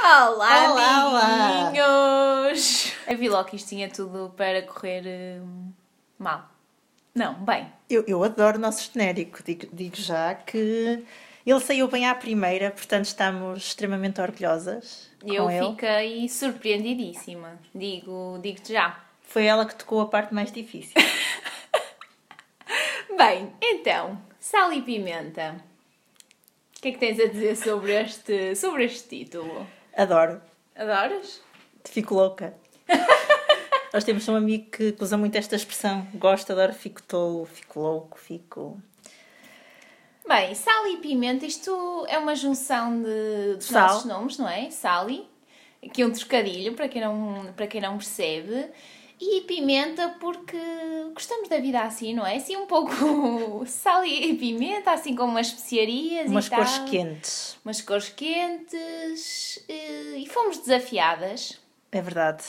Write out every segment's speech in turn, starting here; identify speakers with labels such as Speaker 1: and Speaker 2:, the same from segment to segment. Speaker 1: Olá,
Speaker 2: Olá, olá.
Speaker 1: amiguinhos! Eu vi logo que isto tinha tudo para correr hum, mal. Não, bem.
Speaker 2: Eu, eu adoro o nosso genérico, digo, digo já que ele saiu bem à primeira, portanto estamos extremamente orgulhosas.
Speaker 1: Eu
Speaker 2: com ele.
Speaker 1: fiquei surpreendidíssima. Digo, digo-te já.
Speaker 2: Foi ela que tocou a parte mais difícil.
Speaker 1: Bem, então, sal e pimenta. O que é que tens a dizer sobre este, sobre este título?
Speaker 2: Adoro,
Speaker 1: Adoras?
Speaker 2: fico louca. Nós temos um amigo que que usa muito esta expressão: gosto, adoro, fico tolo, fico louco, fico.
Speaker 1: Bem, sal e pimenta, isto é uma junção de, dos
Speaker 2: Sal.
Speaker 1: nossos nomes, não é? Sal e, aqui é um trocadilho, para quem, não, para quem não percebe. E pimenta porque gostamos da vida assim, não é? Assim um pouco sal e pimenta, assim como umas especiarias
Speaker 2: Umas
Speaker 1: e tal.
Speaker 2: cores quentes.
Speaker 1: Umas cores quentes. eh, E fomos desafiadas.
Speaker 2: É verdade.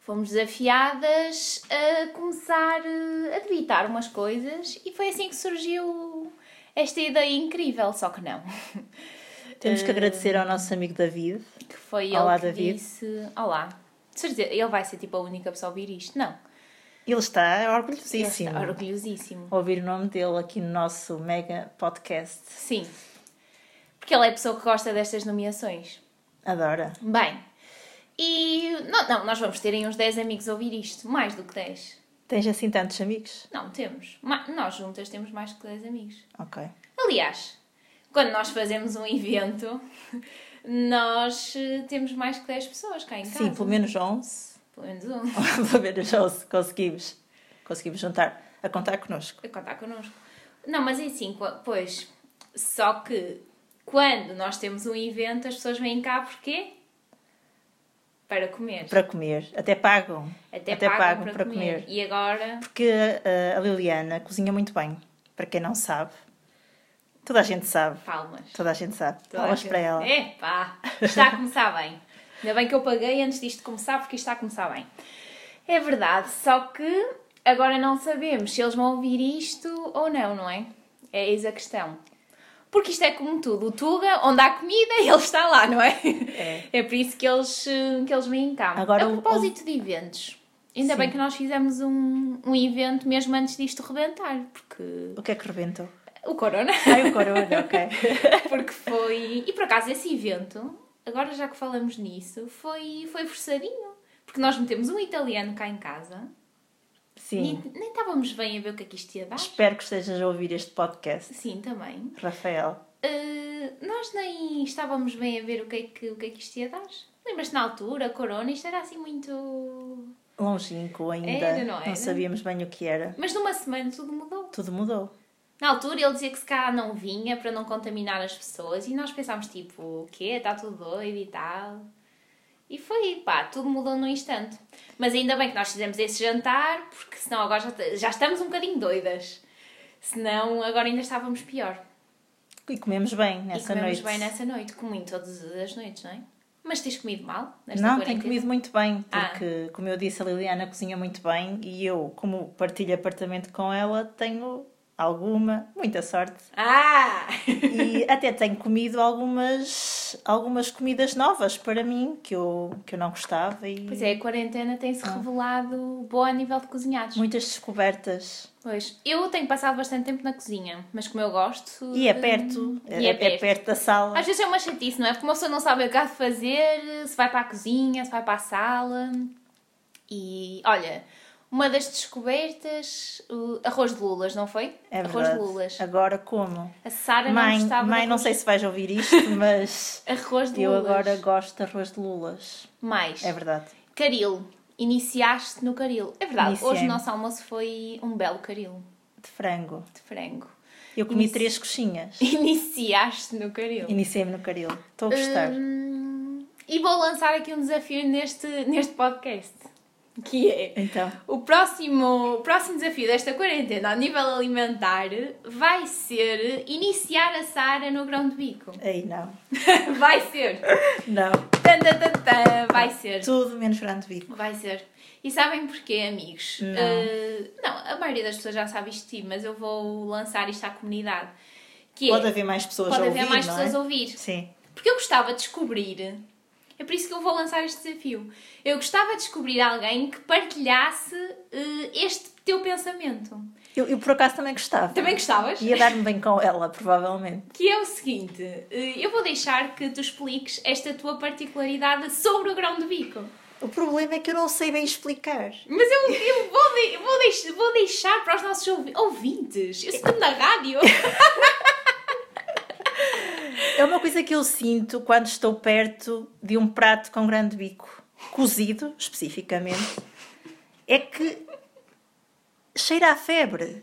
Speaker 1: Fomos desafiadas a começar eh, a debitar umas coisas e foi assim que surgiu esta ideia incrível, só que não.
Speaker 2: Temos que agradecer ao nosso amigo David.
Speaker 1: Que foi
Speaker 2: Olá,
Speaker 1: ele que
Speaker 2: David.
Speaker 1: disse... Olá. De certeza, ele vai ser tipo a única pessoa a ouvir isto. Não.
Speaker 2: Ele está
Speaker 1: Ele
Speaker 2: orgulhosíssimo.
Speaker 1: está orgulhosíssimo.
Speaker 2: Ouvir o nome dele aqui no nosso mega podcast.
Speaker 1: Sim. Porque ele é a pessoa que gosta destas nomeações.
Speaker 2: Adora.
Speaker 1: Bem. E... Não, não, nós vamos terem uns 10 amigos a ouvir isto. Mais do que 10.
Speaker 2: Tens assim tantos amigos?
Speaker 1: Não, temos. Ma- Nós juntas temos mais que 10 amigos.
Speaker 2: Ok.
Speaker 1: Aliás, quando nós fazemos um evento, nós eh, temos mais que 10 pessoas cá em casa.
Speaker 2: Sim, pelo menos 11.
Speaker 1: Pelo menos um.
Speaker 2: pelo menos 11 conseguimos. Conseguimos juntar a contar connosco.
Speaker 1: A contar connosco. Não, mas é assim, qua- pois, só que quando nós temos um evento, as pessoas vêm cá porquê? Para comer.
Speaker 2: Para comer. Até pagam.
Speaker 1: Até, pagam, para, comer. E agora,
Speaker 2: Porque eh, a Liliana cozinha muito bem. Para quem não sabe. Toda a gente sabe.
Speaker 1: palmas.
Speaker 2: Toda a gente sabe. Palmas para ela.
Speaker 1: Epá, está a começar bem. Ainda bem que eu paguei antes disto começar, porque isto está a começar bem. É verdade, só que agora não sabemos se eles vão ouvir isto ou não, não é? É essa a questão. Porque isto é como tudo, o Tuga, onde há comida, ele está lá, não é?
Speaker 2: É.
Speaker 1: por isso que eles, eh, que eles vêm cá.
Speaker 2: Agora
Speaker 1: a
Speaker 2: o-
Speaker 1: propósito de eventos, ainda bem que nós fizemos um, um evento mesmo antes disto rebentar, porque
Speaker 2: O que é que rebentou?
Speaker 1: o corona...
Speaker 2: Ai, o corona, ok.
Speaker 1: Porque foi. E por acaso esse evento, agora já que falamos nisso, foi, foi forçadinho. Porque nós metemos um italiano cá em casa.
Speaker 2: Sim.
Speaker 1: Nem, nem estávamos bem a ver o que é que isto ia dar.
Speaker 2: Espero que estejas a ouvir este podcast,
Speaker 1: Sim, também.
Speaker 2: Rafael.
Speaker 1: Eh, nós nem estávamos bem a ver o que é que, o que, é que isto ia dar. Lembras-te na altura, a corona, isto era assim muito.
Speaker 2: Longínquo ainda.
Speaker 1: Era, não é, né? era?
Speaker 2: sabíamos bem o que era.
Speaker 1: Mas numa semana tudo mudou.
Speaker 2: Tudo mudou.
Speaker 1: Na altura ele dizia que se cá não vinha para não contaminar as pessoas e nós pensámos tipo, o quê? Está tudo doido e tal. E foi, pá, tudo mudou num instante. Mas ainda bem que nós fizemos esse jantar, porque senão agora já, t- já estamos um bocadinho doidas. Senão agora ainda estávamos pior.
Speaker 2: E comemos bem nessa
Speaker 1: e comemos
Speaker 2: noite.
Speaker 1: bem nessa noite, comi todas as noites, não é? Mas tens comido mal? nesta
Speaker 2: Não, tenho
Speaker 1: quarentena?
Speaker 2: comido muito bem,
Speaker 1: Ah.
Speaker 2: porque, como eu disse, a Liliana cozinha muito bem e eu, como partilho apartamento com ela, tenho alguma, muita sorte.
Speaker 1: Ah!
Speaker 2: E até tenho comido algumas, algumas comidas novas para mim, que eu, que eu não gostava e
Speaker 1: pois é, a quarentena tem-se revelado boa a nível de cozinhados.
Speaker 2: muitas descobertas.
Speaker 1: Pois, eu tenho passado bastante tempo na cozinha, mas como eu gosto.
Speaker 2: E é
Speaker 1: de-
Speaker 2: perto,
Speaker 1: Hum, E é perto.
Speaker 2: da sala.
Speaker 1: Às vezes é uma chatice, não é? Porque uma pessoa não sabe o que há de fazer, se vai para a cozinha, se vai para a sala. E olha, uma das descobertas, o arroz de lulas, não foi?
Speaker 2: É
Speaker 1: arroz de
Speaker 2: verdade.
Speaker 1: lulas.
Speaker 2: Agora como?
Speaker 1: A Sara não
Speaker 2: mãe,
Speaker 1: gostava. de
Speaker 2: mãe não
Speaker 1: arroz-
Speaker 2: sei se vais ouvir isto, mas
Speaker 1: Arroz de
Speaker 2: eu
Speaker 1: lulas.
Speaker 2: agora gosto de arroz de lulas.
Speaker 1: Mais.
Speaker 2: É verdade.
Speaker 1: Caril. Iniciaste no caril. É verdade, hoje
Speaker 2: Iniciei-me.
Speaker 1: o nosso almoço foi um belo caril
Speaker 2: De frango.
Speaker 1: de frango.
Speaker 2: Eu comi
Speaker 1: Inici-
Speaker 2: três coxinhas.
Speaker 1: Iniciaste no caril.
Speaker 2: Iniciei-me no caril. Estou a gostar.
Speaker 1: Hum, e vou lançar aqui um desafio neste, neste podcast. Que é
Speaker 2: Então,
Speaker 1: o próximo, o próximo desafio desta quarentena a nível alimentar vai ser iniciar a Sara no grão de bico.
Speaker 2: aí não.
Speaker 1: Vai ser!
Speaker 2: Não.
Speaker 1: Tan, tan, tan, tan, vai ser!
Speaker 2: Tudo menos frango de bico.
Speaker 1: Vai ser. E sabem porquê, amigos?
Speaker 2: Não.
Speaker 1: Eh, não, a maioria das pessoas já sabe isto, sim, mas eu vou lançar isto à comunidade. Que é,
Speaker 2: Pode haver mais pessoas
Speaker 1: pode
Speaker 2: a
Speaker 1: haver
Speaker 2: ouvir,
Speaker 1: mais
Speaker 2: não
Speaker 1: pessoas
Speaker 2: é?
Speaker 1: a ouvir.
Speaker 2: Sim.
Speaker 1: Porque eu gostava de descobrir. Eu É por isso que eu vou lançar este desafio. Eu gostava de descobrir alguém que partilhasse eh, este teu pensamento.
Speaker 2: Eu, eu, por acaso também gostava.
Speaker 1: Também gostavas?
Speaker 2: Ia dar-me bem com ela, provavelmente.
Speaker 1: Que é o seguinte: eh, eu vou deixar que tu expliques esta tua particularidade sobre o grão de bico.
Speaker 2: O problema é que eu não sei bem explicar.
Speaker 1: Mas eu, eu vou, de- vou, deix- vou deixar para os nossos ouvi- ouvintes. Eu sinto na rádio.
Speaker 2: É uma coisa que eu sinto quando estou perto de um prato com grande bico, cozido especificamente, é que cheira a febre.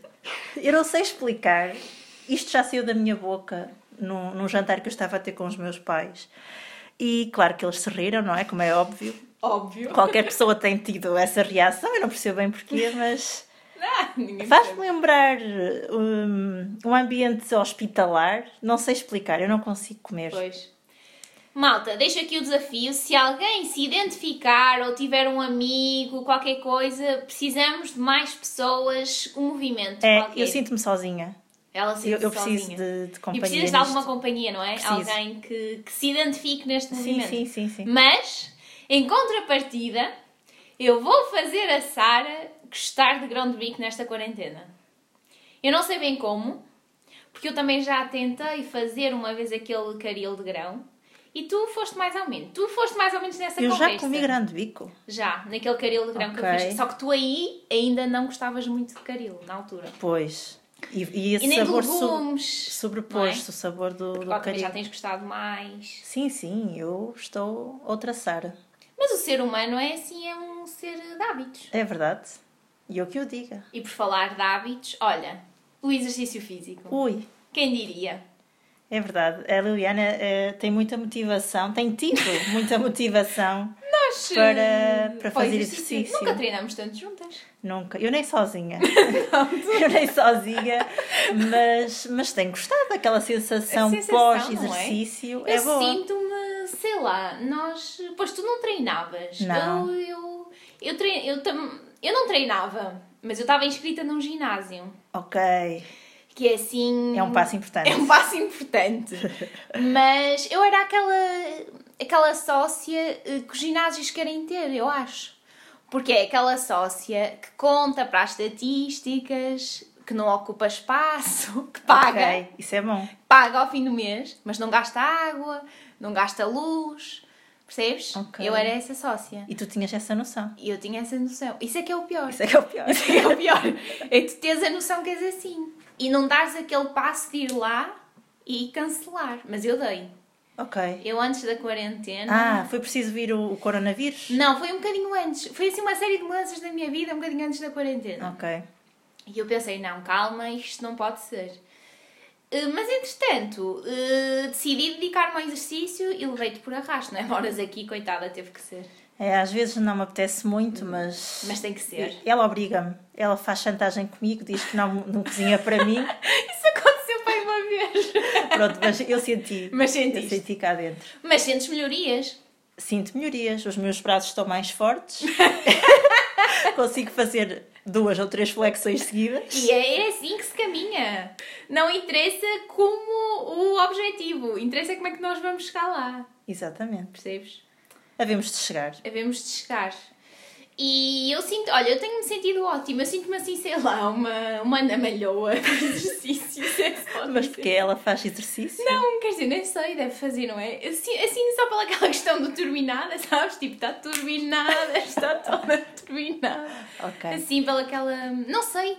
Speaker 2: Eu não sei explicar. Isto já saiu da minha boca num, num jantar que eu estava a ter com os meus pais. E claro que eles se riram, não é? Como é óbvio.
Speaker 1: Óbvio.
Speaker 2: Qualquer pessoa tem tido essa reação, eu não percebo bem porquê, mas.
Speaker 1: Ah, ninguém
Speaker 2: Faz-me lembrar um, um ambiente hospitalar. Não sei explicar, eu não consigo comer.
Speaker 1: Pois. Malta, deixo aqui o desafio. Se alguém se identificar ou tiver um amigo, qualquer coisa, precisamos de mais pessoas, um movimento
Speaker 2: É,
Speaker 1: qualquer.
Speaker 2: eu sinto-me sozinha.
Speaker 1: Ela
Speaker 2: Eu,
Speaker 1: sente
Speaker 2: eu preciso
Speaker 1: sozinha.
Speaker 2: de, de
Speaker 1: E
Speaker 2: companhia.
Speaker 1: precisas de
Speaker 2: nisto.
Speaker 1: alguma companhia, não é?
Speaker 2: Preciso.
Speaker 1: Alguém que, que se identifique neste
Speaker 2: Sim,
Speaker 1: movimento.
Speaker 2: sim, sim, sim.
Speaker 1: Mas, em contrapartida, eu vou fazer a Sara gostar de grão de bico nesta quarentena. Eu não sei bem como, porque eu também já tentei fazer uma vez aquele caril de grão e tu foste mais ou menos. Tu foste mais ou menos nessa
Speaker 2: Eu
Speaker 1: conversa.
Speaker 2: já comi grande bico.
Speaker 1: Já, naquele caril de grão que eu
Speaker 2: Ok.
Speaker 1: fiz. Só que tu aí ainda não gostavas muito de caril, na altura.
Speaker 2: Pois. E, e esse
Speaker 1: E nem de
Speaker 2: sabor so-
Speaker 1: legumes. é?
Speaker 2: sobrepôs-se, o sabor do, do
Speaker 1: não é? Claro, também já
Speaker 2: caril.
Speaker 1: tens gostado mais.
Speaker 2: Sim, sim, eu estou outra Sara.
Speaker 1: Mas o ser humano é assim, é um ser de hábitos.
Speaker 2: É verdade. E eu que o diga.
Speaker 1: E por falar de hábitos, olha, o exercício físico.
Speaker 2: Ui,
Speaker 1: Quem diria?
Speaker 2: é verdade. A Liliana eh, tem muita motivação, tem tido muita motivação.
Speaker 1: Nós
Speaker 2: Para-
Speaker 1: eh,
Speaker 2: para
Speaker 1: o
Speaker 2: fazer exercício.
Speaker 1: Nunca treinamos tanto juntas.
Speaker 2: Nunca. Eu nem sozinha. eu nem sozinha, mas, mas tenho gostado. Aquela sensação,
Speaker 1: A sensação, é?
Speaker 2: pós-exercício é,
Speaker 1: eu
Speaker 2: boa.
Speaker 1: sinto-me, sei lá, nós. Pois tu não treinavas.
Speaker 2: Não.
Speaker 1: Eu, eu, eu, trein- eu, tam- eu não treinava, mas eu estava inscrita num ginásio.
Speaker 2: Ok.
Speaker 1: Que é assim.
Speaker 2: É um passo importante.
Speaker 1: É um passo importante. Mas eu era aquela, aquela sócia eh, que os ginásios querem ter, eu acho. Porque é aquela sócia que conta para as estatísticas, que não ocupa espaço, que paga,
Speaker 2: Ok, Isso é bom.
Speaker 1: paga ao fim do mês, mas não gasta água, não gasta luz. Percebes?
Speaker 2: Ok.
Speaker 1: Eu era essa sócia.
Speaker 2: E tu tinhas essa noção.
Speaker 1: E eu tinha essa noção. Isso é que é o pior.
Speaker 2: Isso é que é o pior.
Speaker 1: Isso é que é o pior. É tu teres a noção que és assim. E não dares aquele passo de ir lá e cancelar. Mas eu dei.
Speaker 2: Ok.
Speaker 1: Eu antes da quarentena.
Speaker 2: Ah, foi preciso vir o, o coronavírus?
Speaker 1: Não, foi um bocadinho antes. Foi assim uma série de mudanças na minha vida, um bocadinho antes da quarentena.
Speaker 2: Ok.
Speaker 1: E eu pensei, não, calma, isto não pode ser. Eh, Mas entretanto, eh, decidi dedicar-me ao exercício e levei-te por arrasto, não é? Moras aqui, coitada, teve que ser.
Speaker 2: É, às vezes não me apetece muito, mas.
Speaker 1: Mas tem que ser.
Speaker 2: Ela obriga-me. Ela faz chantagem comigo, diz que não, não cozinha para mim.
Speaker 1: Isso aconteceu para uma vez.
Speaker 2: Pronto, mas eu senti.
Speaker 1: Mas
Speaker 2: Eu
Speaker 1: sentiste.
Speaker 2: senti cá dentro.
Speaker 1: Mas sentes melhorias.
Speaker 2: Sinto melhorias, os meus braços estão mais fortes, consigo fazer duas ou três flexões seguidas.
Speaker 1: E é assim que se caminha. Não interessa como o objetivo, interessa como é que nós vamos chegar lá,
Speaker 2: Exatamente,
Speaker 1: percebes?
Speaker 2: havemos de chegar.
Speaker 1: Havemos de chegar. E eu sinto, olha, eu tenho-me sentido ótimo, eu sinto-me assim, sei lá, uma, uma Ana Malhoa de exercício. sei lá.
Speaker 2: Mas porque ela faz exercício?
Speaker 1: Uhum. Não, quer dizer, nem sei, deve fazer, não é? Assim, assim só pela aquela questão do turbinada, sabes? Tipo, está turbinada, está toda turbinada.
Speaker 2: Ok.
Speaker 1: Assim, pela aquela. Não sei.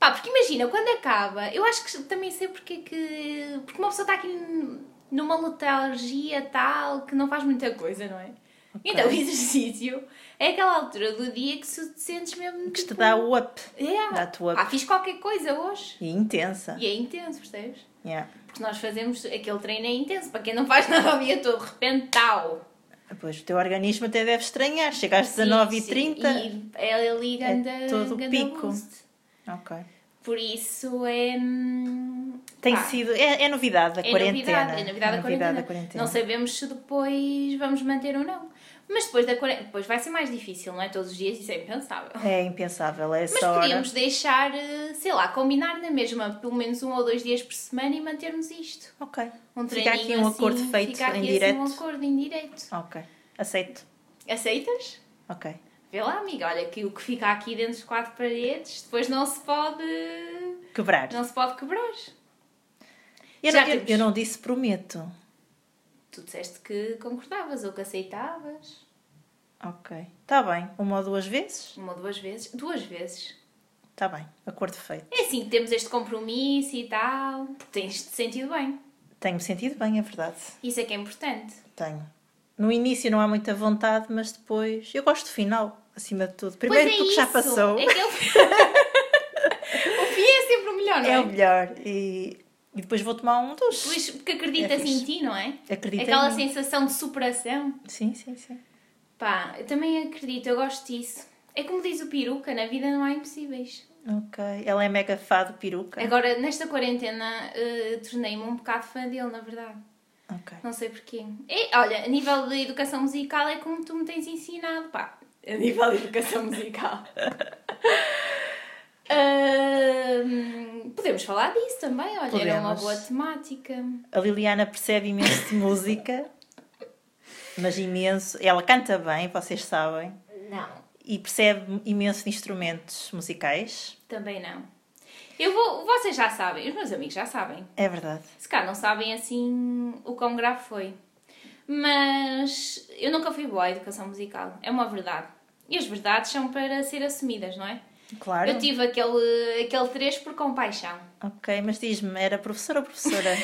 Speaker 1: Pá, porque imagina, quando acaba, eu acho que também sei porque é que. Porque uma pessoa está aqui n- numa letargia tal que não faz muita coisa, não é? Então, o exercício é aquela altura do dia que se te sentes mesmo.
Speaker 2: Que te
Speaker 1: tipo,
Speaker 2: dá o up,
Speaker 1: É.
Speaker 2: dá-te o up.
Speaker 1: Ah, fiz qualquer coisa hoje.
Speaker 2: E intensa.
Speaker 1: E é intenso, percebes?
Speaker 2: Yeah.
Speaker 1: Porque nós fazemos. Aquele treino é intenso. Para quem não faz nada o dia todo, de repente, tal.
Speaker 2: Pois o teu organismo até deve estranhar, chega às
Speaker 1: Sim,
Speaker 2: 19h30.
Speaker 1: sim. E ela liga
Speaker 2: É
Speaker 1: anda,
Speaker 2: todo o
Speaker 1: ganda
Speaker 2: pico.
Speaker 1: boost.
Speaker 2: Ok.
Speaker 1: Por isso é. hum,
Speaker 2: Tem
Speaker 1: pá,
Speaker 2: sido, é, é novidade a
Speaker 1: É
Speaker 2: quarentena.
Speaker 1: novidade, é novidade, da quarentena.
Speaker 2: da quarentena.
Speaker 1: Não sabemos se depois vamos manter ou não. Mas depois da quarentena, depois vai ser mais difícil, não é? Todos os dias isso é impensável.
Speaker 2: É impensável, é
Speaker 1: Mas
Speaker 2: só. hora.
Speaker 1: podíamos deixar, eh, sei lá, combinar na mesma pelo menos um ou dois dias por semana e mantermos isto.
Speaker 2: Ok.
Speaker 1: Um
Speaker 2: Fica aqui
Speaker 1: treininho
Speaker 2: um
Speaker 1: assim,
Speaker 2: acordo feito
Speaker 1: fica aqui
Speaker 2: em
Speaker 1: assim
Speaker 2: direto.
Speaker 1: um acordo em direto.
Speaker 2: Ok. Aceito.
Speaker 1: Aceitas?
Speaker 2: Ok.
Speaker 1: Vê lá, amiga, olha que o que fica aqui dentro dos quatro paredes depois não se pode.
Speaker 2: Quebrar.
Speaker 1: não se pode quebrar.
Speaker 2: eu,
Speaker 1: já
Speaker 2: não, eu,
Speaker 1: temos.
Speaker 2: eu não disse prometo.
Speaker 1: Tu disseste que concordavas ou que aceitavas.
Speaker 2: Ok. Está Tá bem. Uma ou duas vezes?
Speaker 1: Uma ou duas vezes. Duas vezes.
Speaker 2: Está bem. Acordo feito.
Speaker 1: É assim que temos este compromisso e tal. Tens-te sentido bem.
Speaker 2: Tenho-me sentido bem, é verdade.
Speaker 1: Isso é que é importante.
Speaker 2: Tenho. No início não há muita vontade, mas depois. Eu gosto do final, acima de tudo. Primeiro
Speaker 1: é
Speaker 2: porque já
Speaker 1: isso.
Speaker 2: passou.
Speaker 1: É que ele- o fim é sempre o melhor, não é?
Speaker 2: É o melhor. E, e depois vou tomar um dos.
Speaker 1: Pois, porque acreditas
Speaker 2: É fixe.
Speaker 1: em ti, não é?
Speaker 2: Acredito em
Speaker 1: Aquela
Speaker 2: mim.
Speaker 1: sensação de superação.
Speaker 2: Sim, sim, sim.
Speaker 1: Pá, eu também acredito, eu gosto disso. É como diz o peruca, na vida não há impossíveis.
Speaker 2: Ok. Ela é mega fã do peruca.
Speaker 1: Agora, nesta quarentena, eh, tornei-me um bocado fã dele, na verdade.
Speaker 2: Ok.
Speaker 1: Não sei porquê. E, olha, a nível de educação musical é como tu me tens ensinado, pá. A nível de educação musical. Ahm, podemos falar disso também, olha, era uma
Speaker 2: Podemos.
Speaker 1: boa temática.
Speaker 2: A Liliana percebe imenso de música, mas imenso. Ela canta bem, vocês sabem.
Speaker 1: Não.
Speaker 2: E percebe imenso de instrumentos musicais.
Speaker 1: Também não. Eu vou, vocês já sabem, os meus amigos já sabem.
Speaker 2: É verdade.
Speaker 1: Se cá não sabem assim o quão grave foi. Mas eu nunca fui boa à educação musical, é uma verdade. E as verdades são para ser assumidas, não é?
Speaker 2: Claro.
Speaker 1: Eu tive aquele, aquele 3 por compaixão.
Speaker 2: Ok, mas diz-me, era professora ou professora?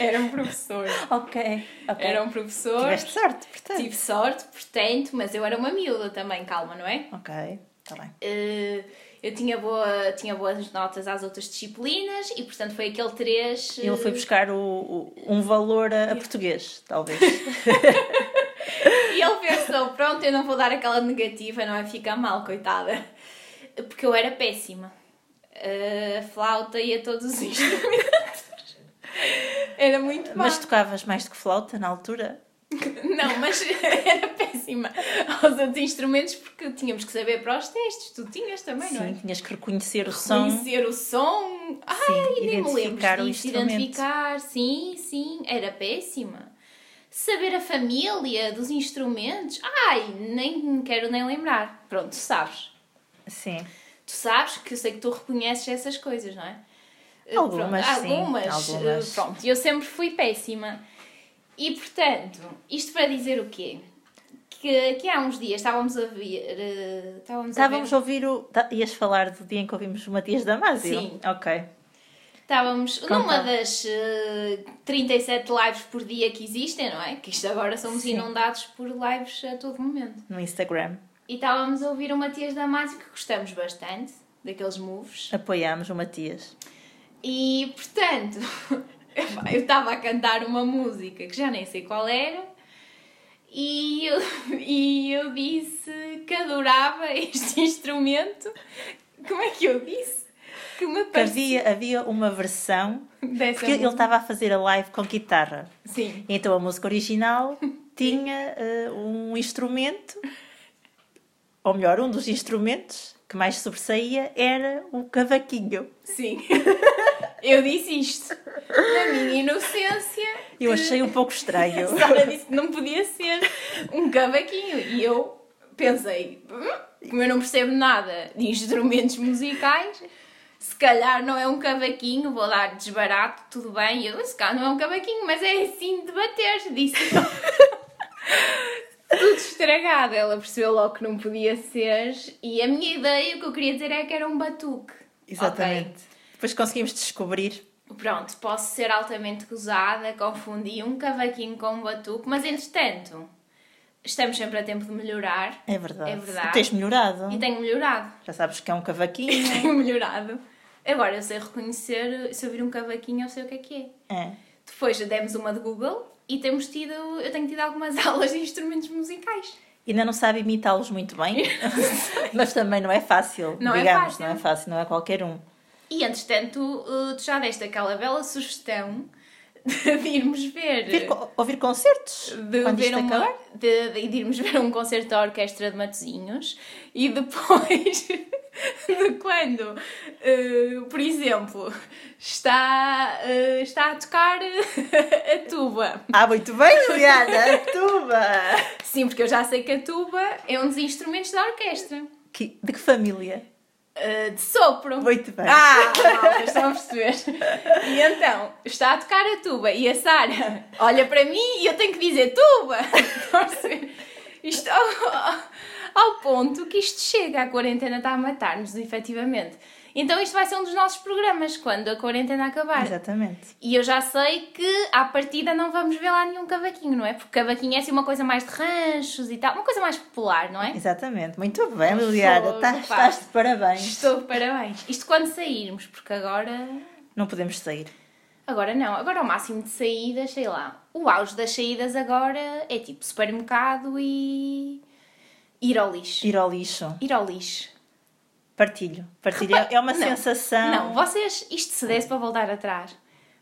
Speaker 1: Era um professor.
Speaker 2: ok. ok.
Speaker 1: Era um professor.
Speaker 2: Tiveste sorte, portanto.
Speaker 1: Tive sorte, portanto, mas eu era uma miúda também, calma, não é?
Speaker 2: Ok, está bem.
Speaker 1: Eh, Eu tinha, boa, tinha boas notas às outras disciplinas e, portanto, foi aquele eh, 3.
Speaker 2: Ele foi buscar o, o- um valor a, a português, talvez.
Speaker 1: E ele pensou, pronto, eu não vou dar aquela negativa, não é? Fica mal, coitada. Porque eu era péssima. Eh, A flauta e a todos os instrumentos. Era muito má.
Speaker 2: Mas tocavas mais do que flauta na altura?
Speaker 1: Não, mas era péssima aos outros instrumentos porque tínhamos que saber para os testes. Tu tinhas também, não é?
Speaker 2: Sim, tinhas que reconhecer o som.
Speaker 1: Conhecer o som. Ai,
Speaker 2: Sim,
Speaker 1: nem me lembro
Speaker 2: identificar o
Speaker 1: disso.
Speaker 2: instrumento.
Speaker 1: Identificar, sim, sim. Era péssima. Saber a família dos instrumentos. Ai, nem quero nem lembrar. Pronto, tu sabes.
Speaker 2: Sim.
Speaker 1: Tu sabes que eu sei que tu reconheces essas coisas, não é? Eh,
Speaker 2: Algumas, sim,
Speaker 1: algumas. eh,
Speaker 2: algumas.
Speaker 1: Pronto, eu sempre fui péssima. E portanto, isto para dizer o quê? Que, que há uns dias estávamos a ver. eh, Estávamos,
Speaker 2: Estávamos
Speaker 1: a
Speaker 2: a ouvir o. tá- Ias falar do dia em que ouvimos o Matias Damasio?
Speaker 1: Sim.
Speaker 2: Ok.
Speaker 1: ver. Estávamos
Speaker 2: Conta.
Speaker 1: numa das eh, 37 lives por dia que existem, não é? Que isto agora somos
Speaker 2: Sim.
Speaker 1: inundados por lives a todo momento.
Speaker 2: No Instagram.
Speaker 1: E estávamos a ouvir o Matias Damasio, que gostamos bastante, daqueles moves.
Speaker 2: Apoiámos o Matias.
Speaker 1: E portanto, epá, eu estava a cantar uma música que já nem sei qual era e eu, e eu disse que adorava este instrumento. Como é que eu disse? Que me
Speaker 2: Que
Speaker 1: parecia
Speaker 2: Havia, havia uma versão.
Speaker 1: dessa
Speaker 2: Porque ele tá-
Speaker 1: música.
Speaker 2: estava a fazer a live com guitarra.
Speaker 1: Sim.
Speaker 2: Então a música original tinha eh, um instrumento, ou melhor, um dos instrumentos que mais sobressaía era o cavaquinho.
Speaker 1: Sim. Eu disse isto na minha inocência.
Speaker 2: Eu
Speaker 1: que-
Speaker 2: achei um pouco
Speaker 1: A
Speaker 2: estranho.
Speaker 1: Sara disse que não podia ser um cavaquinho. E eu pensei, "Hum, como eu não percebo nada de instrumentos musicais, se calhar não é um cavaquinho, vou dar desbarato, tudo bem. E eu, se calhar não é um cavaquinho, mas é assim de bater, disse. Tudo estragado, ela percebeu logo que não podia ser. E a minha ideia, o que eu queria dizer é que era um batuque. Ok.
Speaker 2: Exatamente. Depois conseguimos descobrir.
Speaker 1: Pronto, posso ser altamente gozada, confundi um cavaquinho com um batuque, mas entretanto, estamos sempre a tempo de melhorar
Speaker 2: É verdade.
Speaker 1: É verdade.
Speaker 2: Tu tens melhorado.
Speaker 1: e tenho melhorado.
Speaker 2: Já sabes que é um cavaquinho.
Speaker 1: Tenho melhorado. Agora eu sei reconhecer, se eu vir um cavaquinho, eu sei o que é que é.
Speaker 2: é.
Speaker 1: Depois demos uma de Google e temos tido, eu tenho tido algumas aulas de instrumentos musicais.
Speaker 2: Ainda não sabe imitá-los muito bem, mas também não é fácil,
Speaker 1: Não é
Speaker 2: digamos,
Speaker 1: fácil.
Speaker 2: não é fácil, não é qualquer um.
Speaker 1: E entretanto, eh, tu já deste aquela bela sugestão de irmos ver.
Speaker 2: Ver co- ouvir concertos
Speaker 1: de,
Speaker 2: quando
Speaker 1: ver
Speaker 2: isto
Speaker 1: uma,
Speaker 2: acabar?
Speaker 1: de, de- de irmos ver um concerto da orquestra de Matozinhos e depois de quando, eh, por exemplo, está, eh, está a tocar eh, a tuba.
Speaker 2: Ah, muito bem, Liliana, a tuba!
Speaker 1: Sim, porque eu já sei que a tuba é um dos instrumentos da orquestra.
Speaker 2: Que- de que família?
Speaker 1: Eh, de sopro.
Speaker 2: Muito bem.
Speaker 1: Ah, malta, estão a perceber. E então, está a tocar a tuba e a Sara olha para mim e eu tenho que dizer tuba. Estão a perceber? Isto ao, ao ponto que isto chega, a quarentena está a matar-nos, efetivamente. Então isto vai ser um dos nossos programas, quando a quarentena acabar.
Speaker 2: Exatamente.
Speaker 1: E eu já sei que à partida não vamos ver lá nenhum cavaquinho, não é? Porque cavaquinho é assim uma coisa mais de ranchos e tal, uma coisa mais popular, não é?
Speaker 2: Exatamente. Muito bem, Liliana.
Speaker 1: Fogo,
Speaker 2: tá-
Speaker 1: pá.
Speaker 2: Estás de parabéns.
Speaker 1: Estou de parabéns. Isto quando sairmos, porque agora
Speaker 2: Não podemos sair.
Speaker 1: Agora não, agora o máximo de saídas, sei lá. O auge das saídas agora é tipo supermercado e. ir ao lixo.
Speaker 2: Ir ao lixo.
Speaker 1: Ir ao lixo.
Speaker 2: Partilho. Partilho. É- É uma
Speaker 1: Não.
Speaker 2: sensação.
Speaker 1: Não, vocês. Isto se desse para voltar atrás.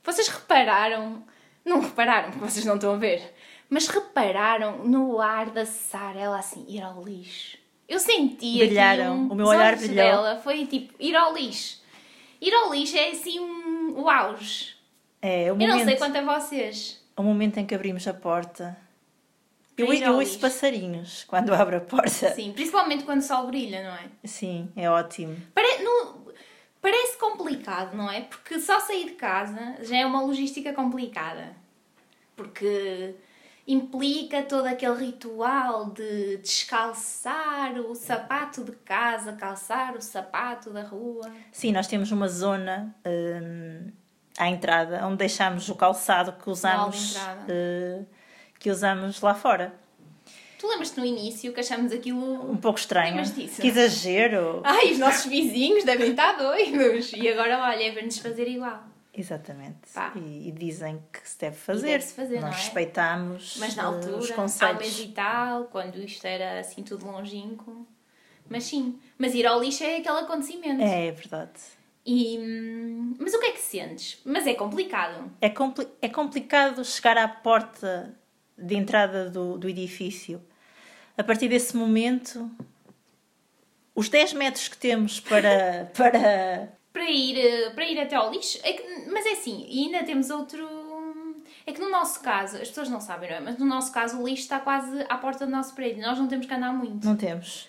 Speaker 1: Vocês repararam. Não repararam, porque vocês não estão a ver. Mas repararam no ar da Sara, ela assim, ir ao lixo. Eu senti aqui
Speaker 2: Brilharam.
Speaker 1: um-
Speaker 2: O meu
Speaker 1: os
Speaker 2: olhar
Speaker 1: olhos
Speaker 2: brilhou.
Speaker 1: dela foi tipo, ir ao lixo. Ir ao lixo é assim um. o auge.
Speaker 2: É
Speaker 1: Eu
Speaker 2: o
Speaker 1: não sei
Speaker 2: momento,
Speaker 1: quanto a vocês.
Speaker 2: o momento em que abrimos a porta.
Speaker 1: Para
Speaker 2: Eu,
Speaker 1: ir ao
Speaker 2: eu ouço
Speaker 1: lixo.
Speaker 2: passarinhos quando abro a porta. Sim,
Speaker 1: Sim, principalmente quando o sol brilha, não é?
Speaker 2: é ótimo.
Speaker 1: Pare- não- Parece complicado, não é? Porque só sair de casa já é uma logística complicada. Porque implica todo aquele ritual de descalçar o sapato de casa, calçar o sapato da rua.
Speaker 2: Sim, nós temos uma zona hum, à entrada onde deixamos o calçado que usamos,
Speaker 1: entrada.
Speaker 2: eh, que usamos lá fora.
Speaker 1: Tu lembras-te no início que achamos aquilo.
Speaker 2: Um pouco estranho.
Speaker 1: Lembras disso?
Speaker 2: Que exagero!
Speaker 1: Ai, os nossos vizinhos devem estar doidos! E agora, olha, é ver-nos fazer igual.
Speaker 2: Exatamente.
Speaker 1: Pá.
Speaker 2: E, e dizem que se deve fazer.
Speaker 1: deve-se fazer,
Speaker 2: Nós
Speaker 1: não é?
Speaker 2: respeitamos
Speaker 1: Mas na
Speaker 2: eh,
Speaker 1: altura, há
Speaker 2: os
Speaker 1: um mês
Speaker 2: conselhos.
Speaker 1: e tal, quando isto era assim tudo longínquo. Mas sim, mas ir ao lixo é aquele acontecimento.
Speaker 2: É, é verdade.
Speaker 1: E, hum, mas o que é que sentes? Mas é complicado.
Speaker 2: É, compli- é complicado chegar à porta de entrada do, do edifício. A partir desse momento, os 10 metros que temos para. para...
Speaker 1: Para ir, eh, para ir até ao lixo, é que- mas é assim, e ainda temos outro. É que no nosso caso, as pessoas não sabem, não é? Mas no nosso caso o lixo está quase à porta do nosso prédio, nós não temos que andar muito.
Speaker 2: Não temos.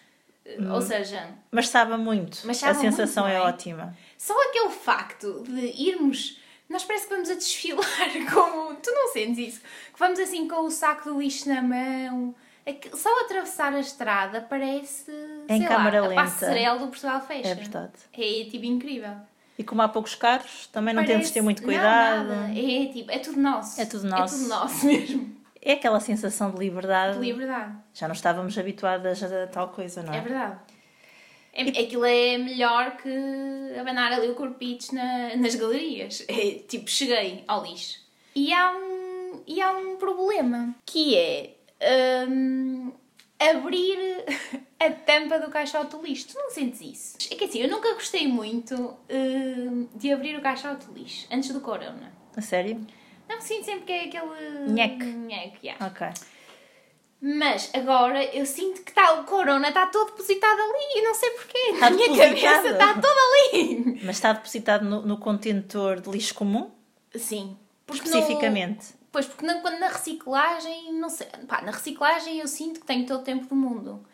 Speaker 1: Ou seja,
Speaker 2: Mas sabe muito.
Speaker 1: Mas sabe
Speaker 2: a sensação
Speaker 1: muito,
Speaker 2: é?
Speaker 1: não é?
Speaker 2: ótima.
Speaker 1: Só aquele facto de irmos. Nós parece que vamos a desfilar como. Tu não sentes isso? Que vamos assim com o saco de lixo na mão. Aqu- Só atravessar a estrada parece.
Speaker 2: Em
Speaker 1: sei
Speaker 2: câmara
Speaker 1: lá,
Speaker 2: lenta.
Speaker 1: A passarela do Portugal Fecha.
Speaker 2: É verdade.
Speaker 1: É tipo incrível.
Speaker 2: E como há poucos carros, também não temos de ter muito
Speaker 1: Parece- não,
Speaker 2: cuidado.
Speaker 1: nada. é tipo, é tudo nosso.
Speaker 2: É tudo nosso.
Speaker 1: É tudo nosso mesmo.
Speaker 2: é aquela sensação de liberdade.
Speaker 1: De liberdade.
Speaker 2: Já não estávamos habituadas a tal coisa, não
Speaker 1: É
Speaker 2: é?
Speaker 1: verdade. É, aquilo é melhor que abanar ali o corpicho na- nas galerias. É, tipo, cheguei ao lixo. E há um, e há um problema, que é hum, abrir a tampa do caixote do lixo. Tu não sentes isso? É que assim, eu nunca gostei muito hum, de abrir o caixote do lixo, antes do corona.
Speaker 2: A sério?
Speaker 1: Não, sinto sempre que é aquele...
Speaker 2: Nheque.
Speaker 1: Nheque, yeah.
Speaker 2: Ok.
Speaker 1: Mas agora eu sinto que tá, o corona está todo depositado ali e não sei porquê.
Speaker 2: Tá
Speaker 1: a minha
Speaker 2: depositado?
Speaker 1: cabeça está toda ali.
Speaker 2: Mas está depositado no, no contentor de lixo comum,
Speaker 1: Sim. Porque no-
Speaker 2: especificamente.
Speaker 1: pois, porque na, quando na reciclagem, não sei. Pá, na reciclagem eu sinto que tenho todo o tempo do mundo.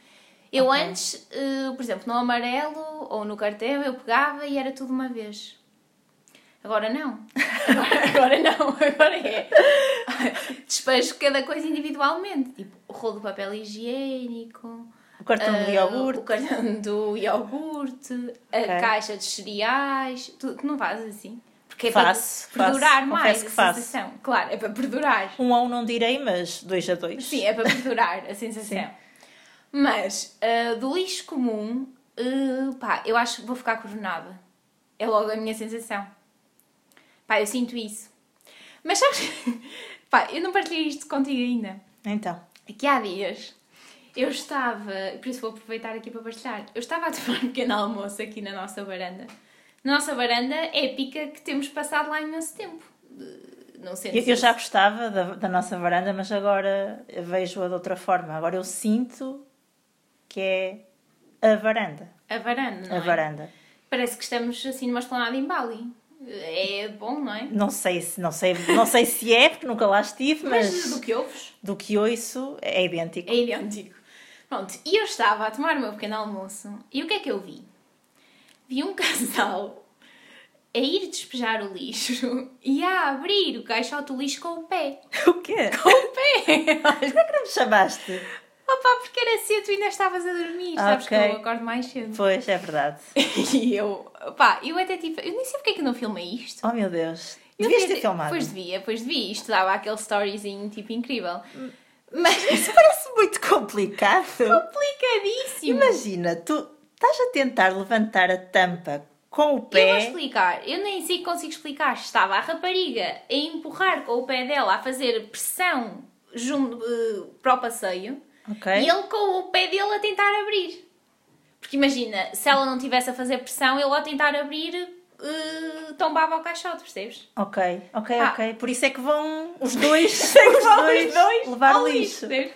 Speaker 1: Eu
Speaker 2: Ok.
Speaker 1: antes, eh, por exemplo, no amarelo ou no cartão, eu pegava e era tudo uma vez. Agora não. Agora, agora não. Agora é. Despejo cada coisa individualmente. Tipo, o rolo de papel higiênico.
Speaker 2: O cartão de
Speaker 1: Ah,
Speaker 2: iogurte.
Speaker 1: O cartão do iogurte, a
Speaker 2: Ok.
Speaker 1: caixa de cereais, tu, tu não fazes assim? Porque é
Speaker 2: Faço,
Speaker 1: para perdurar
Speaker 2: faço.
Speaker 1: mais
Speaker 2: Confesso
Speaker 1: a
Speaker 2: que faço.
Speaker 1: sensação. Claro, é para perdurar.
Speaker 2: Um a um não direi, mas dois a dois.
Speaker 1: Sim, é para perdurar a sensação. Mas ah, do lixo comum, ah, pá, eu acho que vou ficar coronada. É logo a minha sensação. Pá, eu sinto isso. Mas sabes, pá, eu não partilhei isto contigo ainda.
Speaker 2: Então,
Speaker 1: Aqui há dias eu estava, por isso vou aproveitar aqui para partilhar, eu estava a tomar um pequeno almoço aqui na nossa varanda. Na nossa varanda épica que temos passado lá imenso tempo. De- Não sei
Speaker 2: eu, eu já gostava da, da nossa varanda, mas agora vejo-a de outra forma. Agora eu sinto que é a varanda.
Speaker 1: A varanda, não
Speaker 2: a
Speaker 1: é?
Speaker 2: varanda.
Speaker 1: Parece que estamos assim numa esplanada em Bali. É bom, não é?
Speaker 2: Não sei se, não sei, não sei se é, porque nunca lá estive,
Speaker 1: Mas,
Speaker 2: mas
Speaker 1: do que ouves,
Speaker 2: do que ouço é idêntico.
Speaker 1: é idêntico. Pronto, e eu estava a tomar o meu pequeno almoço e o que é que eu vi? Vi um casal a ir despejar o lixo e a abrir o caixote do lixo com o pé.
Speaker 2: O quê?
Speaker 1: É Com o pé!
Speaker 2: Porquê que não me chamaste?
Speaker 1: Opa, porque era cedo, tu ainda estavas a dormir, sabes
Speaker 2: Ok.
Speaker 1: que eu acordo mais cedo.
Speaker 2: Pois, é verdade.
Speaker 1: E eu, pá, eu até tipo, eu nem sei porque é que eu não filmei isto.
Speaker 2: Oh meu Deus.
Speaker 1: Eu
Speaker 2: Devias
Speaker 1: devia
Speaker 2: ter filmado.
Speaker 1: Pois devia, pois devia. Isto dava aquele storyzinho tipo incrível. Mas
Speaker 2: Isso parece muito complicado.
Speaker 1: complicadíssimo.
Speaker 2: Imagina, tu estás a tentar levantar a tampa com o
Speaker 1: Eu vou
Speaker 2: pé.
Speaker 1: explicar. Eu nem sei que consigo explicar. Estava a rapariga a empurrar com o pé dela, a fazer pressão junto, eh, para o passeio. E
Speaker 2: Ok.
Speaker 1: ele com o pé dele a tentar abrir. Porque imagina, se ela não tivesse a fazer pressão, ele ao tentar abrir eh, tombava ao caixote, percebes?
Speaker 2: Ok, ok,
Speaker 1: Ah.
Speaker 2: ok. Por isso é que vão os dois, os dois, levar
Speaker 1: ao
Speaker 2: o lixo.
Speaker 1: percebes?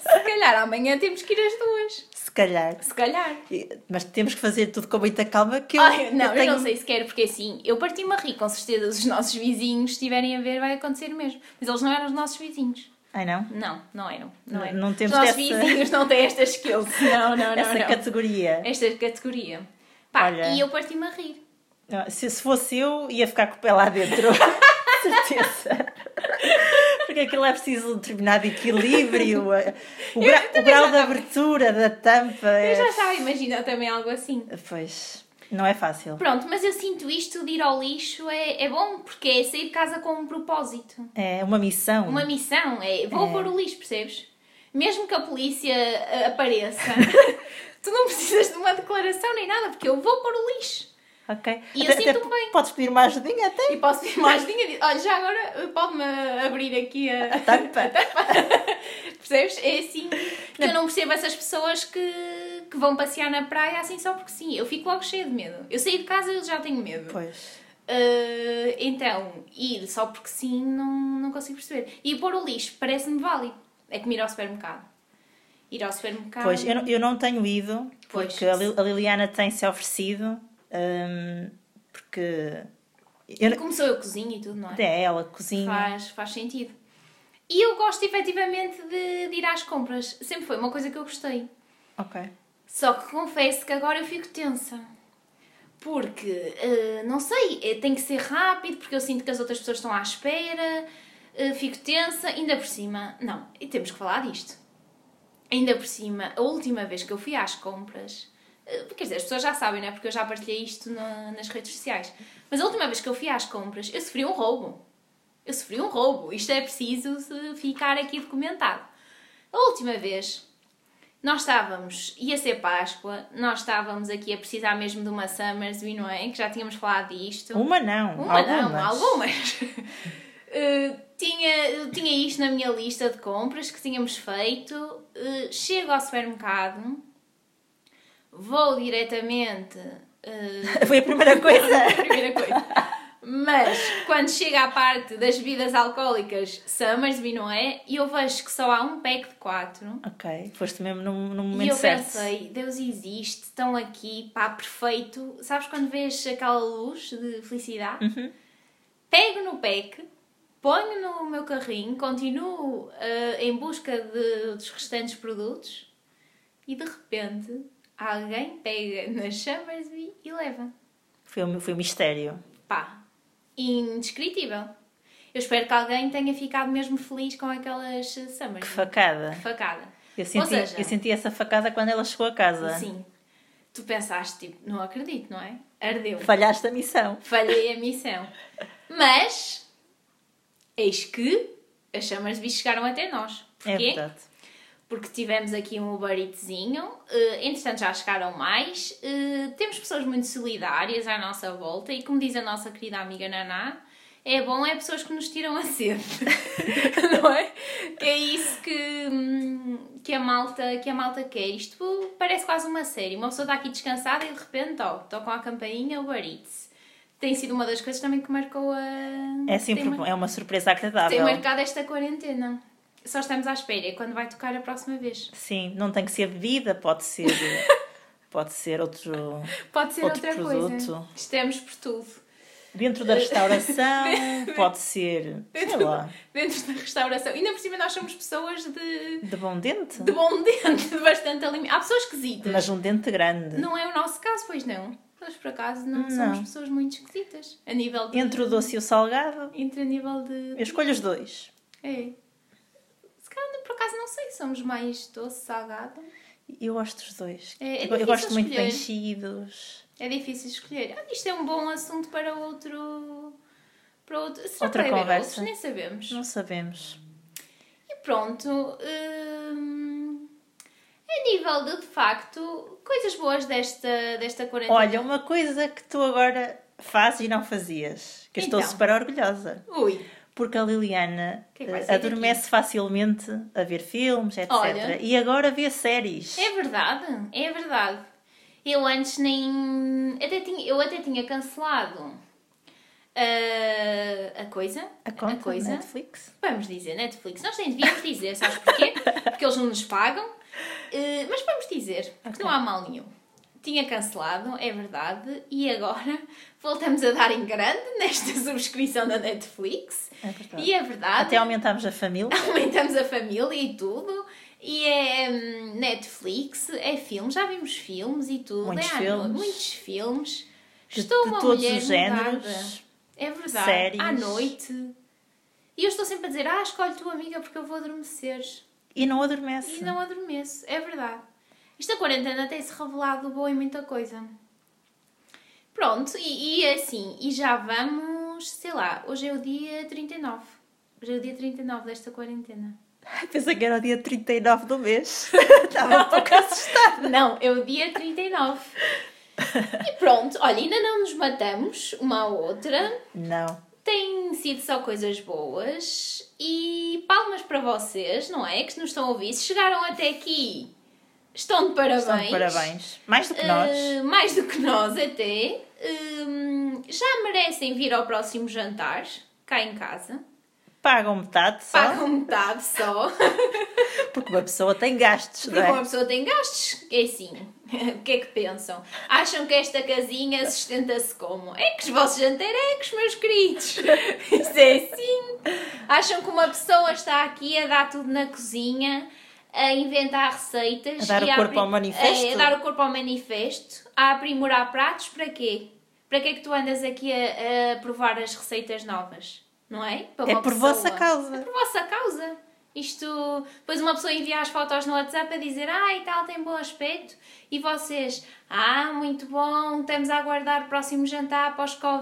Speaker 1: Se calhar amanhã temos que ir as duas.
Speaker 2: Se calhar.
Speaker 1: Se calhar.
Speaker 2: E- Mas temos que fazer tudo com muita calma que eu,
Speaker 1: Ai, não, Ah,
Speaker 2: tenho. um-
Speaker 1: eu não sei sequer, porque assim, eu parti-me a rir, com certeza, se os nossos vizinhos estiverem a ver, vai acontecer o mesmo. Mas eles não eram os nossos vizinhos.
Speaker 2: Ai não?
Speaker 1: Não, não eram. Não,
Speaker 2: Não-
Speaker 1: eram.
Speaker 2: não temos
Speaker 1: os nossos
Speaker 2: essa-
Speaker 1: vizinhos não têm estas skills. Não, não, não.
Speaker 2: Essa
Speaker 1: não.
Speaker 2: categoria.
Speaker 1: Esta categoria. Pá,
Speaker 2: Olha.
Speaker 1: e eu parti-me a rir.
Speaker 2: Não, Se, se fosse eu, ia ficar com o pé lá dentro. Certeza. Porque aquilo é preciso um determinado equilíbrio. a- O, gra- o grau de abertura da tampa
Speaker 1: Eu já
Speaker 2: é.
Speaker 1: estava a imaginar também algo assim.
Speaker 2: Pois, não é fácil.
Speaker 1: Pronto, mas eu sinto isto de ir ao lixo é, é bom, porque é sair de casa com um propósito.
Speaker 2: É uma missão.
Speaker 1: Uma missão, é vou
Speaker 2: É.
Speaker 1: pôr o lixo, percebes? Mesmo que a polícia eh, apareça, tu não precisas de uma declaração nem nada, porque eu vou pôr o lixo.
Speaker 2: Ok.
Speaker 1: E eu sinto-me bem.
Speaker 2: Podes pedir uma ajudinha até.
Speaker 1: E posso pedir mais dinheiro. Olha, já agora eh, pode-me abrir aqui a,
Speaker 2: A tampa.
Speaker 1: Percebes? É assim. que eu não percebo essas pessoas que, que vão passear na praia assim só porque sim. Eu fico logo cheia de medo. Eu saí de casa e eu já tenho medo.
Speaker 2: Pois.
Speaker 1: Eh, então, ir só porque sim, não, não consigo perceber. E pôr o lixo, parece-me válido. É como ir ao supermercado. Ir ao supermercado.
Speaker 2: Pois, eu, não- eu não tenho ido,
Speaker 1: Ah. Pois.
Speaker 2: porque a Lil- a Liliana tem-se oferecido, hum, porque eu
Speaker 1: E
Speaker 2: não-
Speaker 1: como sou eu cozinho e tudo, não é?
Speaker 2: é ela cozinha.
Speaker 1: Faz, faz sentido. E eu gosto efetivamente de, de ir às compras. Sempre foi uma coisa que eu gostei.
Speaker 2: Ok.
Speaker 1: Só que confesso que agora eu fico tensa. Porque, eh, não sei, eh, tem que ser rápido, porque eu sinto que as outras pessoas estão à espera, eh, fico tensa, ainda por cima. Não, e temos que falar disto. Ainda por cima, a última vez que eu fui às compras, eh, quer dizer, as pessoas já sabem, não é? Porque eu já partilhei isto na- nas redes sociais. Mas a última vez que eu fui às compras, eu sofri um roubo. Eu sofri um roubo. Isto é preciso eh, ficar aqui documentado. A última vez nós estávamos, ia ser Páscoa, nós estávamos aqui a precisar mesmo de uma Summersby, não é? Que já tínhamos falado disto.
Speaker 2: Uma não,
Speaker 1: Uma
Speaker 2: algumas.
Speaker 1: não, algumas. Eh, tinha, eu tinha isto na minha lista de compras que tínhamos feito. eh, chego ao supermercado, vou diretamente. eh,
Speaker 2: Foi a primeira
Speaker 1: a
Speaker 2: coisa.
Speaker 1: primeira coisa. Mas quando chega à parte das bebidas alcoólicas, Summersby, não é? E eu vejo que só há um pack de quatro.
Speaker 2: ok, foste mesmo num, num
Speaker 1: E
Speaker 2: momento
Speaker 1: eu
Speaker 2: certo.
Speaker 1: pensei, Deus existe, estão aqui, pá, perfeito. Sabes quando vês aquela luz de felicidade?
Speaker 2: Uhum.
Speaker 1: Pego no pack, ponho no meu carrinho, continuo eh, em busca de- dos restantes produtos e de repente alguém pega na Summersby e leva.
Speaker 2: Foi um, foi um mistério.
Speaker 1: Pá, indescritível. Eu espero que alguém tenha ficado mesmo feliz com aquelas eh,
Speaker 2: Que
Speaker 1: Summers.
Speaker 2: facada.
Speaker 1: facada.
Speaker 2: Eu senti,
Speaker 1: seja-
Speaker 2: eu senti essa facada quando ela chegou a casa.
Speaker 1: Sim. Tu pensaste, tipo, não acredito, não é? Ardeu.
Speaker 2: Falhaste a missão.
Speaker 1: Falhei a missão. Mas, eis que as chamas de chegaram até nós.
Speaker 2: É
Speaker 1: Porquê?
Speaker 2: verdade.
Speaker 1: porque tivemos aqui um Uber Eatzinho, eh, entretanto já chegaram mais, eh, temos pessoas muito solidárias à nossa volta e como diz a nossa querida amiga Naná, é bom é pessoas que nos tiram a sede, não é? Que é isso que, hum, que, a malta, que a malta quer, isto parece quase uma série, uma pessoa está aqui descansada e de repente, ó, tocam a campainha Uber Eats. Tem sido uma das coisas também que marcou a...
Speaker 2: É sempre
Speaker 1: tem
Speaker 2: bom, é uma surpresa agradável.
Speaker 1: tem marcado esta quarentena. Só estamos à espera é quando vai tocar a próxima vez.
Speaker 2: Sim, não tem que ser bebida, pode ser. Pode ser outro.
Speaker 1: Pode ser
Speaker 2: Outro
Speaker 1: outra coisa.
Speaker 2: produto.
Speaker 1: Estamos por tudo.
Speaker 2: Dentro da restauração, pode ser. Sei lá.
Speaker 1: Dentro da restauração. Ainda por cima nós somos pessoas de,
Speaker 2: De bom dente?
Speaker 1: de bom dente, de bastante alimento. Há pessoas esquisitas.
Speaker 2: Mas um dente grande.
Speaker 1: Não é o nosso caso, pois não. Nós por acaso não,
Speaker 2: Não.
Speaker 1: somos pessoas muito esquisitas. A nível de.
Speaker 2: Entre o doce e o salgado,
Speaker 1: Entre a nível de.
Speaker 2: eu escolho os dois.
Speaker 1: É. Se calhar não- por acaso não sei, somos mais doce, salgado.
Speaker 2: Eu gosto dos dois. Tipo,
Speaker 1: É- é
Speaker 2: eu,
Speaker 1: difícil
Speaker 2: eu gosto muito de
Speaker 1: escolher.
Speaker 2: enchidos.
Speaker 1: É difícil escolher. Ah, isto é um bom assunto para outro. Para outro. Será
Speaker 2: Outra
Speaker 1: que vai haver
Speaker 2: conversa.
Speaker 1: outros? Nem sabemos.
Speaker 2: Não sabemos.
Speaker 1: E pronto. hum, a nível de, de facto, coisas boas desta, desta quarentena.
Speaker 2: Olha, uma coisa que tu agora fazes e não fazias, que eu estou
Speaker 1: Então.
Speaker 2: super orgulhosa.
Speaker 1: Ui.
Speaker 2: Porque a Liliana
Speaker 1: Que é que vai
Speaker 2: eh,
Speaker 1: sair
Speaker 2: adormece facilmente a ver filmes, etc.
Speaker 1: Olha.
Speaker 2: E agora vê séries.
Speaker 1: É verdade, é verdade. Eu antes nem. Até tinha, eu até tinha cancelado ah, a coisa.
Speaker 2: A conta né?
Speaker 1: a coisa.
Speaker 2: da Netflix.
Speaker 1: Vamos dizer, Netflix. Nós nem devíamos dizer, sabes porquê? Porque eles não nos pagam. Eh, mas vamos dizer, porque não há mal nenhum. Tinha cancelado, é verdade, e agora voltamos a dar em grande nesta subscrição da Netflix.
Speaker 2: É verdade.
Speaker 1: E Ah, é verdade,
Speaker 2: Até aumentámos a família.
Speaker 1: aumentamos a família e tudo. E é hum, Netflix, é filmes, já vimos filmes e tudo.
Speaker 2: Muitos
Speaker 1: é à noite,
Speaker 2: filmes.
Speaker 1: muitos filmes.
Speaker 2: De,
Speaker 1: Estou
Speaker 2: de
Speaker 1: uma
Speaker 2: todos
Speaker 1: mulher
Speaker 2: os géneros.
Speaker 1: mudada. É verdade.
Speaker 2: séries.
Speaker 1: À noite. E eu estou sempre a dizer, ah, escolhe tua amiga porque eu vou adormecer.
Speaker 2: E não adormece.
Speaker 1: E não adormeço. É verdade. Esta quarentena tem-se revelado boa em muita coisa. Pronto, e, e assim, e já vamos, sei lá, hoje é o dia 39. Hoje é o dia 39 desta quarentena.
Speaker 2: Ai, Pensei que era o dia 39 do mês. Estava um pouco assustada.
Speaker 1: Não, é o dia 39. E pronto, olha, ainda não nos matamos uma à outra.
Speaker 2: Não.
Speaker 1: Têm sido só coisas boas e palmas para vocês, não é? Que nos estão a ouvir. Se chegaram até aqui, estão de parabéns.
Speaker 2: Estão de parabéns. Mais do que nós.
Speaker 1: Eh, mais do que nós, até. Hum, já merecem vir ao próximo jantar, cá em casa.
Speaker 2: Pagam metade só.
Speaker 1: Pagam metade só.
Speaker 2: Porque uma pessoa tem gastos,
Speaker 1: Porque
Speaker 2: não
Speaker 1: uma
Speaker 2: é?
Speaker 1: pessoa tem gastos. É assim. O que é que pensam? Acham que esta casinha sustenta-se como? É que os vossos jantarecos, meus queridos. Isso é assim. Acham que uma pessoa está aqui a dar tudo na cozinha, a inventar receitas.
Speaker 2: A dar
Speaker 1: e
Speaker 2: o corpo
Speaker 1: apri-
Speaker 2: ao manifesto?
Speaker 1: É, a dar o corpo ao manifesto, a aprimorar pratos, para quê? Para que é que tu andas aqui a, a provar as receitas novas? Não é? Para
Speaker 2: É
Speaker 1: uma
Speaker 2: por
Speaker 1: pessoa.
Speaker 2: vossa causa.
Speaker 1: É por vossa causa. Isto, depois uma pessoa envia as fotos no WhatsApp a dizer ah, e tal, tem bom aspecto. E vocês, ah, muito bom, estamos a aguardar o próximo jantar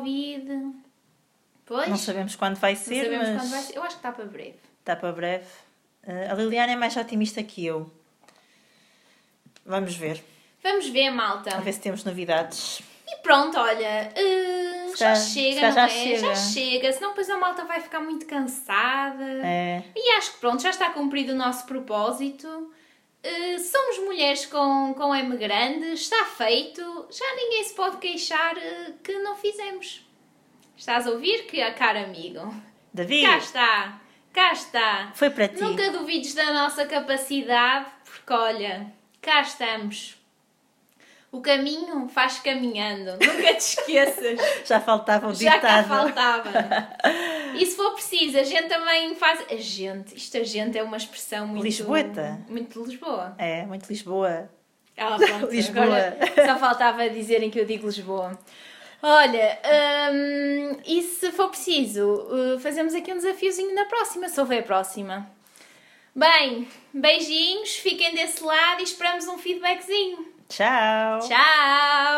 Speaker 1: pós-Covid. Pois,
Speaker 2: Não sabemos quando vai
Speaker 1: não
Speaker 2: ser,
Speaker 1: sabemos quando vai
Speaker 2: mas
Speaker 1: ser. Eu acho que está para breve.
Speaker 2: está para breve. Eh, a Liliana é mais otimista que eu. Vamos ver.
Speaker 1: Vamos ver, malta.
Speaker 2: A ver se temos novidades.
Speaker 1: E pronto, olha, eh,
Speaker 2: Se
Speaker 1: já
Speaker 2: calhar-
Speaker 1: chega,
Speaker 2: se calhar
Speaker 1: não
Speaker 2: já
Speaker 1: é? Já
Speaker 2: chega.
Speaker 1: chega, senão depois a malta vai ficar muito cansada.
Speaker 2: É.
Speaker 1: E acho que pronto, já está cumprido o nosso propósito. Eh, somos mulheres com, com M grande, está feito, já ninguém se pode queixar eh, que não fizemos. Estás a ouvir, que a cara amigo?
Speaker 2: David,
Speaker 1: Cá está, cá está.
Speaker 2: foi para ti.
Speaker 1: Nunca duvides da nossa capacidade, porque olha, cá estamos. O caminho faz caminhando, nunca te esqueças.
Speaker 2: Já faltava o
Speaker 1: Já
Speaker 2: ditado.
Speaker 1: cá faltava. E se for preciso, a gente também faz. A gente, isto a gente é uma expressão muito.
Speaker 2: Lisboeta.
Speaker 1: Muito de Lisboa.
Speaker 2: É, muito Lisboa.
Speaker 1: Ah, pronto,
Speaker 2: Lisboa.
Speaker 1: agora só faltava dizerem que eu digo Lisboa. Olha, hum, e se for preciso, uh, fazemos aqui um desafiozinho na próxima, se houver próxima. Bem, beijinhos, fiquem desse lado e esperamos um feedbackzinho.
Speaker 2: Tchau.
Speaker 1: Tchau!